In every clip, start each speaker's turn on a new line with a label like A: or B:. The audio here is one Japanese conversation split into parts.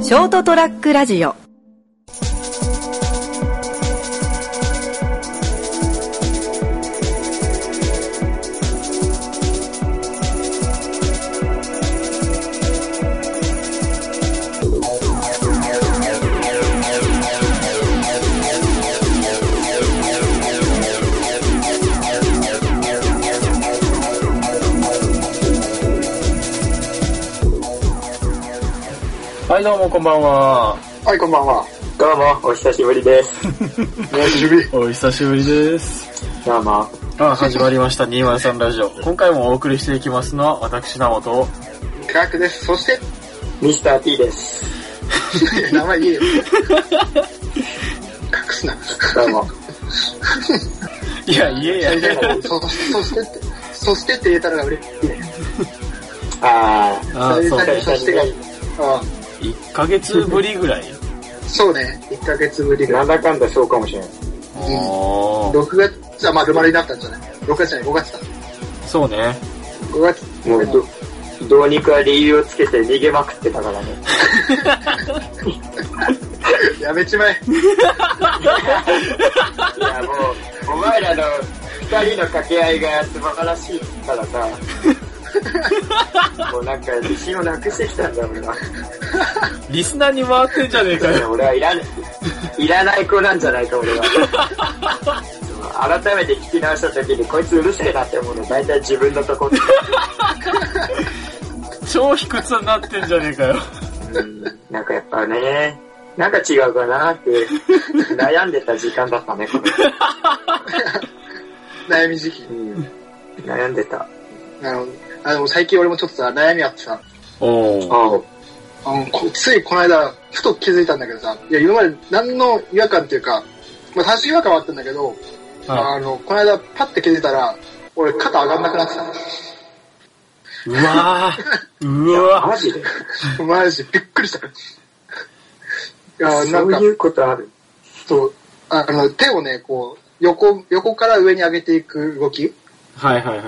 A: ショートトラックラジオ
B: はい、どうも、こんばんは。
C: はい、こんばんは。
D: どうも、お久しぶりです。
C: お久しぶり。
B: お久しぶりです。
D: どうも。
B: あ、始まりました、203ラジオ。今回もお送りしていきますのは、私、名本。
C: 科学です。そして、
D: ミスター T です。
C: 名前言えよ。隠すな。
D: どうも。
B: いや、いやいやい
C: で
B: や。
C: も、そ、そしてって、そしてって言えたら俺、いいね。
D: あ
B: あ、
C: 久
B: そう
C: 々に
B: ね。
C: そしてがいい。あ
B: 1ヶ月ぶりぐらい。
C: あそうね。1ヶ月ぶり
D: ー、
C: ぐら
D: ないん。だかんだそうかもしれない。
B: おー
C: 6月、あ、丸々になったんじゃない ?6 月じゃない、5月だ。
B: そうね。
C: 5月、
D: もうど、どうにか理由をつけて逃げまくってたからね。
C: やめちまえ。
D: いや、もう、お 前らの二人の掛け合いが素晴らしいからさ。もうなんか自信をなくしてきたんだ、俺は。
B: リスナーに回ってんじゃねえかよ。
D: 俺はいらない、いらない子なんじゃないか、俺は。改めて聞き直した時に、こいつうるせえなって思うの、大体自分のとこって。
B: 超卑屈になってんじゃねえかよ。
D: なんかやっぱね、なんか違うかなって 悩んでた時間だったね、これ。
C: 悩み時期
D: う。ん、悩んでた。
C: なるほど。あ、でも最近俺もちょっとさ、悩みあってさ、
B: おー。
D: おう
C: あの、こついこの間、ふと気づいたんだけどさ、いや、今まで何の違和感っていうか、まあ、多少違和感はあったんだけど、
B: は
C: あの、この間、パッて気づいたら、俺、肩上がんなくなって
B: い、うわー。うわ
D: マジで
C: た。マジ、びっくりした。いや、な
D: そ
C: ん
D: う
C: か
D: い、うことある。
C: そう、あの、手をね、こう、横、横から上に上げていく動き、
B: ー。はいはいはいはい。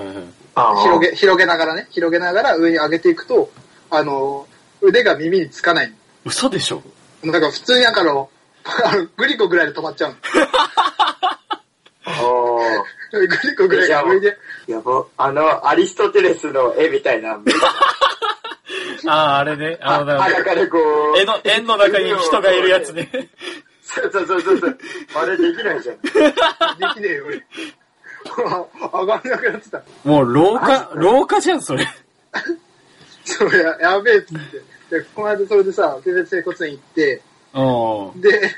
D: ああ
C: 広げ、広げながらね、広げながら上に上げていくと、あの、腕が耳につかない。
B: 嘘でしょ
C: なんか、普通になんかあの、 あのグリコぐらいで止まっちゃう
D: おう
C: の。グリコぐらいが上で、
D: やば、あの、アリストテレスの絵みたいな、
B: あー、あれね。あの、だから
D: 裸でこう、
B: 絵の、円の中に人がいるやつね。
D: そうそうそうそう、あれできないじゃん。
C: できねえよ、俺。 上がんなくなってた。
B: もう廊下、廊下じゃん、それ。
C: そうや、やべえっつって。で、この間それでさ、全然整骨院行って、
B: うん。
C: で、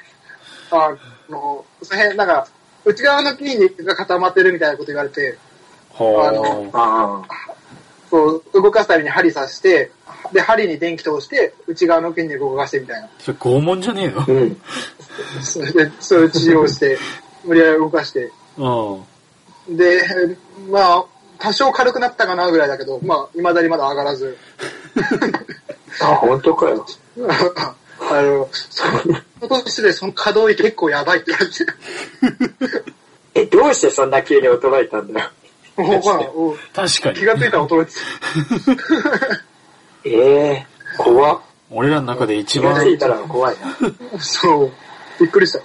C: あの、その辺、なんか、内側の筋肉が固まってるみたいなこと言われて、
B: ほ
C: あの
B: ー。
D: あ
C: そう、動かすために針刺して、で、針に電気通して、内側の筋肉を動かしてみたいな。
B: それ拷問じゃねえの
D: あ、うん。
C: それで、それを治療して、無理やり動かして。
B: うん。
C: で、まあ、多少軽くなったかなぐらいだけど、まあ、未だにまだ上がらず。
D: あ、本当かよ。
C: あの、その年でその可動域結構やばいって言われて。
D: え、どうしてそんな急に衰えたんだよ。
C: もうほら、もう
B: 確かに
C: 気。がついたら衰えて
D: ええ怖っ。
B: 俺らの中で一
D: 気が
B: 番
D: つ、いたら怖いな。
C: た。 そう。びっくりした。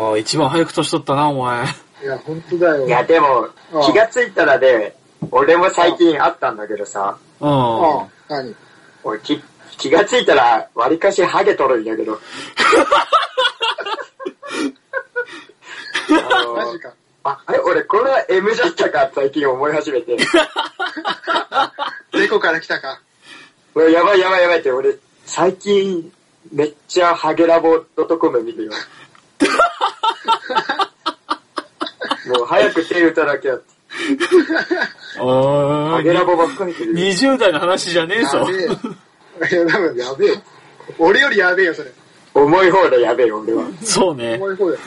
B: ああ、一番早く年取ったな、お前。
C: いや、本当だよ。
D: いや、でも
C: うん、
D: 気がついたらで、俺も最近あったんだけどさ、
B: う
C: あ
B: ん。
C: あ、何
D: 俺気気がついたら、わりかしハゲ取るんだけ ど。あの
C: マジか。
D: あ、あれ俺これは M だったか最近思い始めて。
C: 猫から来たか。
D: うわやばいやばいやばいって、俺、最近、めっちゃハゲラボ .com 見るよ。もう早く手打たなきゃ。
B: お
D: ハゲラ
B: ー。
D: ボばっかり見てる。
B: 20代の話じゃねえ
C: や
B: ぞ。
C: べえ。いや、多分やべえよ。俺よりやべえよ、それ。
D: 重い方でやべえよ、俺は。
B: そうね。
C: 思い方だよ。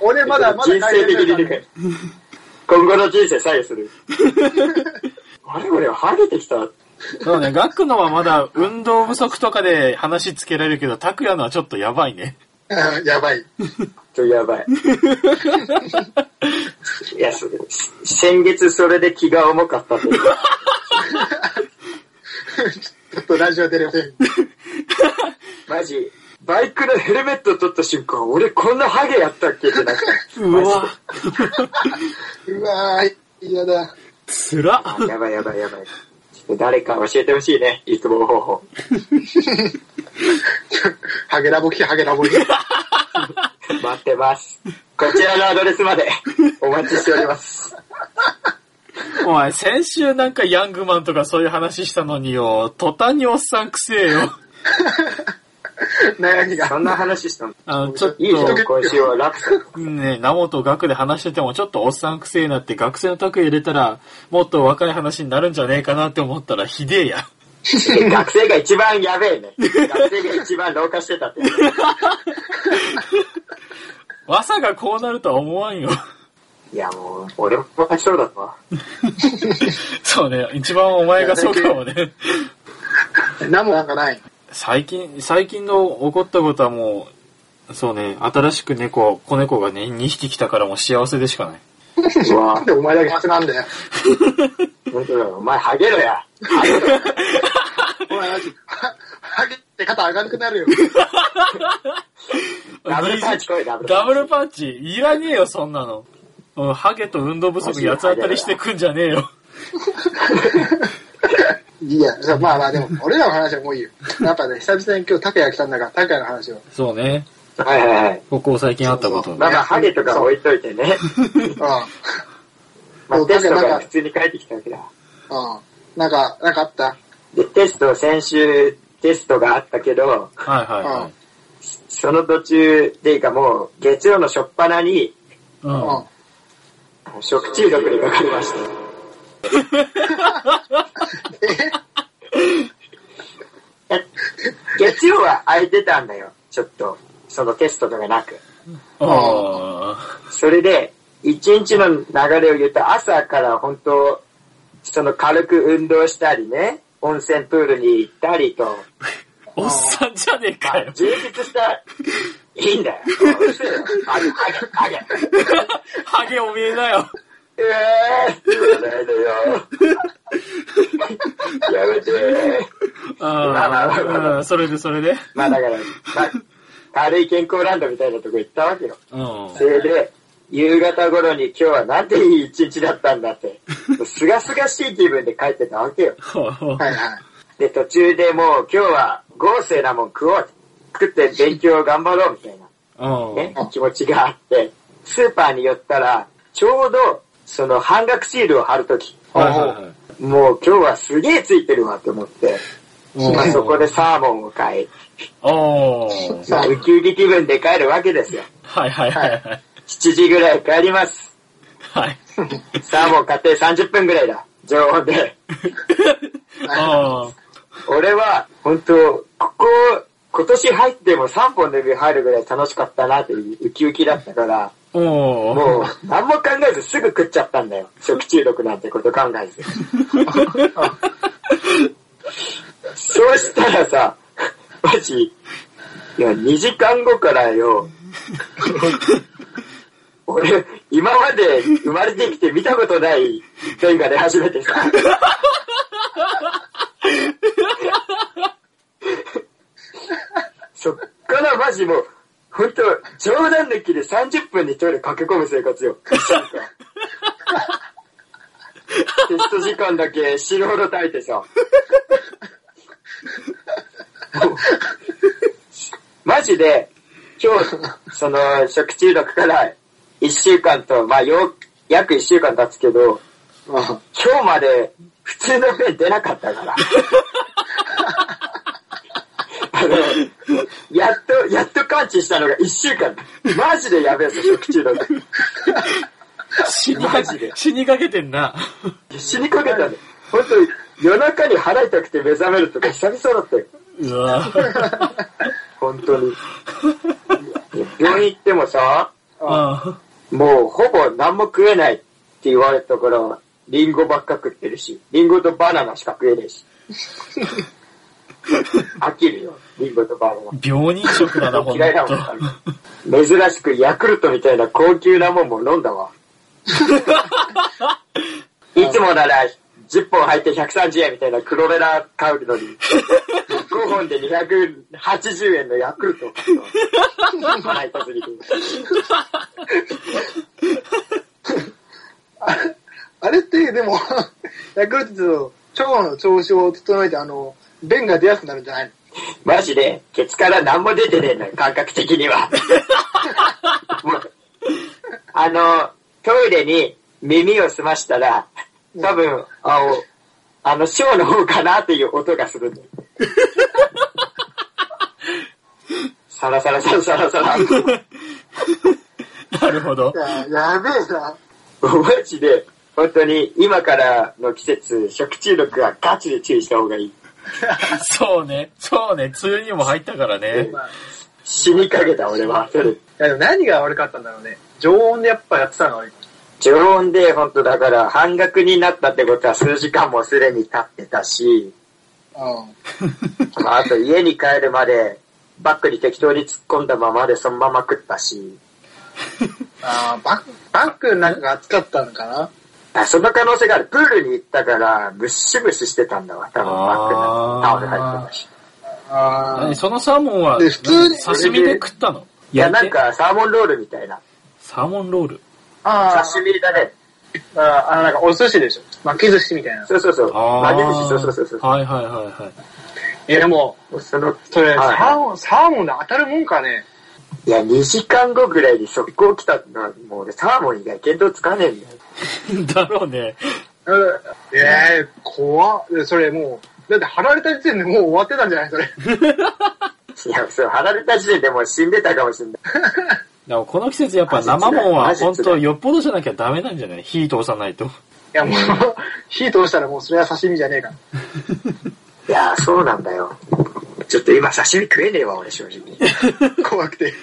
C: 俺まだまだ
D: 人生的に理解。今後の人生左右す る。あれ俺、ハゲてきた。
B: そうね。ガクのはまだ運動不足とかで話つけられるけど、拓也のはちょっとやばいね。
C: うん やばい。
D: ちょ、やばい。いや、そ先月それで気が重かったって。
C: ちょっとラジオ出れません。
D: マジ、バイクのヘルメット取った瞬間、俺こんなハゲやったっけってな った。
B: うわ、
C: うわー、嫌だ。
B: つら。
D: マジでやばいやばいやばい。ちょっと誰か教えてほしいね、育毛方法。
C: ハゲラボ来て、ハゲラボ 来て。
D: 待ってます。こちらのアドレスまでお待ちしており ます。
B: お前、先週なんかヤングマンとかそういう話したのによ、途端におっさんくせえよ。
C: 悩みが。
D: そんな話したの
B: あの、ちょっと、
D: いい人今週はラプソ
B: ねえ、ナモと学で話しててもちょっとおっさんくせえなって学生の卓入れたら、もっと若い話になるんじゃねえかなって思ったらひでえや。
D: 学生が一番やべえね。学生が一番老化してた って。
B: まさかこうなるとは思わんよ。
D: いやもう、俺も昔そうだったわ。
B: そうね、一番お前がそうかもね。
C: 何もなんかない。
B: 最近、最近の起こったことはもう、そうね、新しく猫、子猫がね、2匹来たからもう幸せでしかない。
D: う
C: な
D: わ
C: んでお前だけ汗なんだよ。
D: 本当だよお前ハゲろや。ハゲろ
C: お前マジ、はハゲって肩上がんなくなるよ。
D: ダブルパンチ来い、ダブルパン
B: ダブルパンチいらねえよ、そんなの。うんハゲと運動不足に八つ当たりしてくんじゃねえよ。
C: いや、そうまあまあでも、俺らの話はもういいよ。やっぱね、久々に今日、拓也来たんだから、拓也の話を。
B: そうね。
D: チ。はいはいはい。
B: ここ最近あったこと。
D: まあまあ、ハゲとか置いといてね。
C: うん。う
D: まあ、
C: そう
D: テストか
C: だからら
D: 普通に帰ってきたわけだ。
C: ん。なんか、なんかあった
D: で、テスト、先週テストがあったけど、
B: はいはいはい。
D: その途中っていうかもう、月曜の初っ端に、
B: う。
C: うんん。
D: 食中毒にかかりました。え 月曜は空いてたんだよ。ちょっと、そのテストとかなく。
B: あ
D: それで、一日の流れを言うと、朝から本当、その軽く運動したりね、温泉プールに行ったりと、
B: あ、おっさんじゃねえ
D: ま
B: か
D: あ
B: よ。
D: 充実した、いいんだよ。うるせえよあげ、あげ、あげ。
B: ハゲおめえだよ。
D: ええー、言わないでよ。やめて。
B: あうん、それでそれで。
D: まあだから、まあ、軽い健康ランドみたいなとこ行ったわけよ。
B: うん
D: そ。れで、夕方頃に今日はなんていい一日だったんだって、すがすがしい気分で帰ってたわけよ。
C: はいはい。
D: で、途中でもう今日は豪勢なもん食おう。食って勉強頑張ろうみたいな、ね
B: う、
D: 気持ちがあって、スーパーに寄ったら、ちょうど、その半額シールを貼るとき、
B: ん。はいはいはい。
D: もう今日はすげえついてるわと思って、まあ、そこでサーモンを買い、
B: おー。
D: まあ、ウキウキ気分で帰るわけですよ。
B: はいはいはいはい。
D: 7時ぐらい帰ります。
B: はい。
D: サーモン買って30分ぐらいだ。常温で。
B: あ
D: 俺は、本当ここ、今年入っても3本の指入るぐらい楽しかったなというウキウキだったから、
B: あ。おー。
D: もう何も考えずすぐ食っちゃったんだよ。食中毒なんてこと考えず。そうしたらさ、マジ、いや、2時間後からよ、俺、今まで生まれてきて見たことない便が出始めてさ。そっからマジもう、ほんと、冗談抜きで30分にトイレ駆け込む生活よ。テスト時間だけ死ぬほど耐えてさ。もうマジで、今日、その、食中毒から1週間と、まあ、よう、約1週間経つけど、
C: うん
D: 今日まで普通のペン出なかったから。あの、やっと、やっと完治したのが1週間。マジでやべえぞ、食中毒。
B: 死にかけ、死にかけてんな。
D: 死にかけたの。本当に夜中に払いたくて目覚めるとか久々だったよ。
B: うわ
D: 本当に。病院行ってもさ、
B: あ
D: もうほぼ何も食えないって言われたから、リンゴばっか食ってるし、リンゴとバナナしか食えねえし。飽きるよ、リンゴとバナナ。
B: 病人食だな、ほんと
D: 嫌い。だもん。珍しくヤクルトみたいな高級なもんも飲んだわ。いつもなら10本入って130円みたいな黒ベラ買うのに、5 5本で280円のヤクルトを買ったわ。腹痛すぎて。
C: あれって、でも、 ヤクルトと腸の調子を整えて、あの、便が出やすくなるんじゃないの
D: マジで、ケツから何も出てねえんだよ、感覚的には。もうあの、トイレに耳を澄ましたら、多分、あの、あの、ショーの方かなっていう音がするんだよ。サラサラサラサラサラ。
B: なるほど。
C: いや、やべえな。
D: マジで、本当に今からの季節、食中毒はガチで注意した方がいい。
B: そうね。そうね。梅雨にも入ったから ね。
D: 死にかけた俺は。それ
A: いやでも何が悪かったんだろうね。常温でやっぱやってたのが悪い。
D: 常温で、本当だから、半額になったってことは数時間もすでに経ってたし、
C: うん。
D: まあ、あと家に帰るまで、バッグに適当に突っ込んだままでそのまま食ったし、
C: あーバッバッグの中が暑かったのかな
D: あその可能性がある。プールに行ったから、ムッシュムシしてたんだわ。多分バッグ
B: あー
D: のタオル入ってたし。
C: あ
B: 何
C: ー
B: そのサーモンは、
C: で普通に
B: 刺身で食ったの
D: いや、な
B: 焼
D: ん
B: いて
D: かサーモンロールみたいな。
B: サーモンロール。
A: あ
D: 刺身だね。
A: あ、あのなんかお寿司でしょ。巻き寿司みたいな。
D: そうそうそう。
B: あ
D: 揚げ
B: ー
D: 飯、そうそうそうそう。
B: はいはいはいはい。
A: いやでも、
D: その、
A: それ、
D: はい
A: サーモン、サーモンで当たるもんかね。
D: いや、2時間後ぐらいに速攻来たのは、もう俺サーモン以外見当つかねえんだ よ。
B: だろうね。
A: ええ
C: 怖っ。でそれもう、だって貼られた時点でもう終わってたんじ ゃないそれ。
D: いや、そう、離れた時点でもう死んでたかもしんない。
B: でもこの季節やっぱ生もん
D: マ
B: は
D: ジで
B: 本当よっぽどじゃなきゃダメなんじゃない火通さないと。
C: いやもう、火通したらもうそれは刺身じゃねえから。
D: いや、そうなんだよ。ちょっと今刺身食えねえわ、俺正直。
C: 怖くて。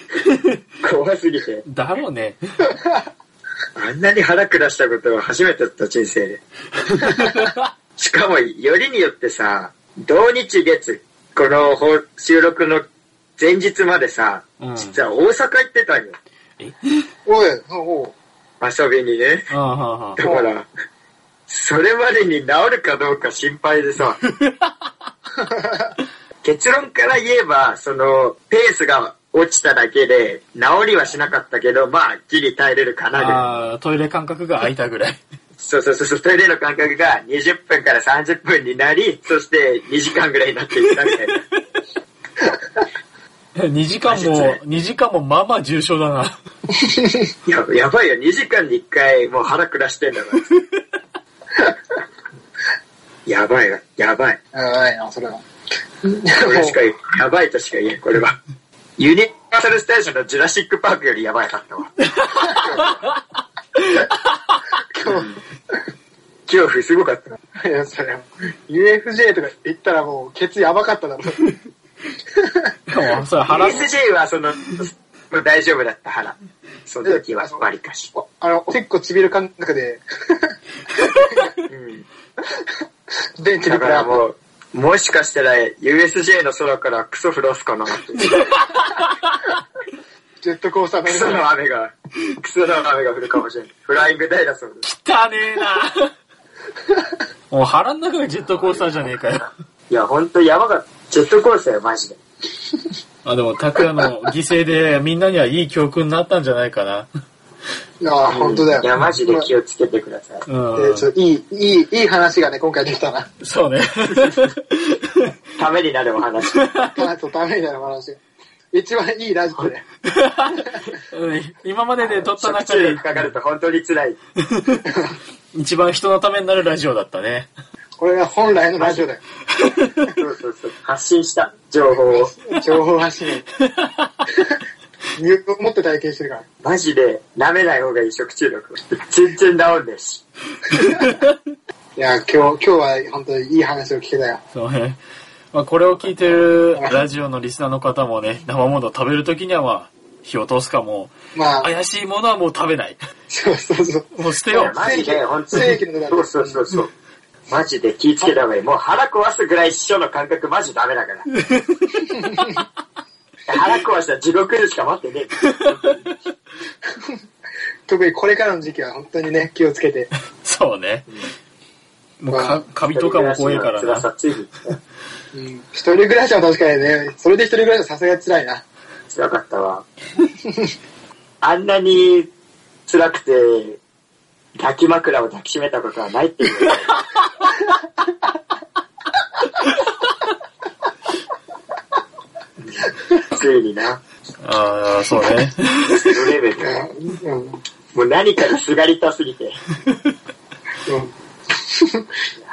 D: 怖すぎて。
B: だろうね。
D: あんなに腹下したことは初めてだった人生で。しかも、よりによってさ、同日月、この放収録の前日までさ、
B: うん
D: 実は大阪行ってたんよ。
C: おい、おう
D: 遊びにね。
B: うんうんうん
D: だから、それまでに治るかどうか心配 でさ。結論から言えば、その、ペースが落ちただけで、治りはしなかったけど、まあ、ギリ耐えれるかなぐらい。
B: あートイレ間隔が空いたぐらい。
D: そうそうそうそう、トイレの間隔が20分から30分になり、そして2時間ぐらいになっていったみたいな。
B: 2時間も、2時間もまあまあ重症だな。
D: ややばいよ、2時間に1回もう腹下してん だから。やばいよ、やばい。
C: やばいな、それは。
D: これしか言うやばいとしか言えん、これは。ユニバーサル・スタジオのジュラシック・パークよりやばいかったわ。恐怖すごかった。
C: いや、それは、UFJ とか言ったらもう、ケツやばかった だろ。
B: でもそれ腹、
D: SJ はその、もう大丈夫だった腹。その時は割かし。
C: おあの、おせっこちびる感覚 で、
D: うん
C: ベンチに行く
D: だからもう、もしかしたら USJ の空からクソ降らすかなって。
C: ジェットコースターの
D: クソの雨が、クソの雨が降るかもしれない。フライングダイナソーで
B: 汚ねえな。 もう腹の中がジェットコースターじゃねえかよ。
D: いや、ほんとやばかった。ジェットコースターよ、マジで。
B: あ、でも、拓也の犠牲でみんなにはいい教訓になったんじゃないかな。
C: いや、本当だよ。
D: いや、マジで気をつけてください。
B: う
C: えー
B: ん
C: ち。ょっといい、いい、いい話がね、今回でき たな。
B: そう ね。
D: ためになる お話。
C: あとダメだよ、話が。一番いいラジオで。
B: うん今までで撮った
D: 食
B: 中
D: 中
B: で
D: 毒かかると本当に辛い。
B: 一番人のためになるラジオだった ね。
C: これが本来のラジオだよ。
D: そうそうそう。発信した情報を。
C: 情報発信。身を持って体験してるから。
D: マジで舐めない方がいい、食中毒。全然治んねえし。
C: いや、今日、今日は本当にいい話を聞けたよ。
B: そうね。まあ、これを聞いてるラジオのリスナーの方もね、生ものを食べるときにはまあ、火を通すかも
C: ま
B: う、
C: あ、
B: 怪しいものはもう食べない。
C: そうそうそう。
B: もう捨てよ
D: いや
B: う。
D: マジで、本当
C: 正規の
D: に。
C: 値段
D: そうそうそうそう。マジで気ぃつけた方がいい。もう腹壊すぐらい一緒の感覚マジダメ だから。腹壊したら地獄でしか 待ってね
C: 特にこれからの時期は本当にね、気をつけて。
B: そうね。もう
C: まあ
B: か、カビとかも怖いから
D: 辛
B: な。
D: さついに。
C: うん。一人暮らしは確かにね、それで一人暮らしはさすがに辛いな。
D: 辛かったわ。あんなに辛くて、抱き枕を抱きしめたことはないっていう。ついにな、
B: ああ、そうね。
D: ゼロレベルだな
C: うん。 うん。
D: もう何かにすがりたすぎて。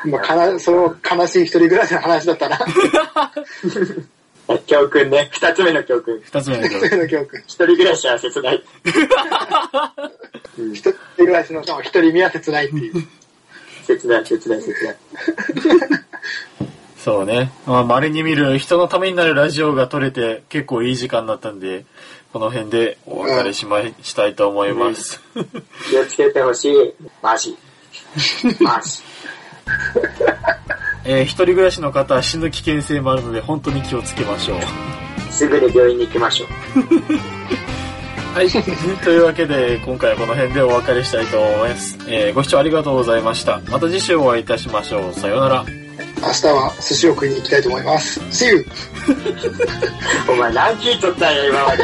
C: まあ、かな、その悲しい一人暮らしの話だったな。
D: 教訓ね、二つ目の教訓。
B: 二つ目だけ
C: そう
B: ど。
C: いうの教訓。
D: 一人暮らしは切ない。
C: 一人暮らしの人も一人見は切ないっていう。
D: 切ない、切ない、切ない。
B: そうね。まあ、稀に見る人のためになるラジオが撮れて、結構いい時間だったんで、この辺でお別れしま、したいと思います。
D: 気をつけてほしい。マジ。マジ。
B: えー一人暮らしの方は死ぬ危険性もあるので、本当に気をつけましょう。
D: すぐに病院に行きましょう。
B: はい。 というわけで、今回はこの辺でお別れしたいと思います。えーご視聴ありがとうございました。また次週お会いいたしましょう。さようなら。
C: 明日は寿司を食いに行きたいと思います。See you!
D: お前ランキー取ったんや、今まで。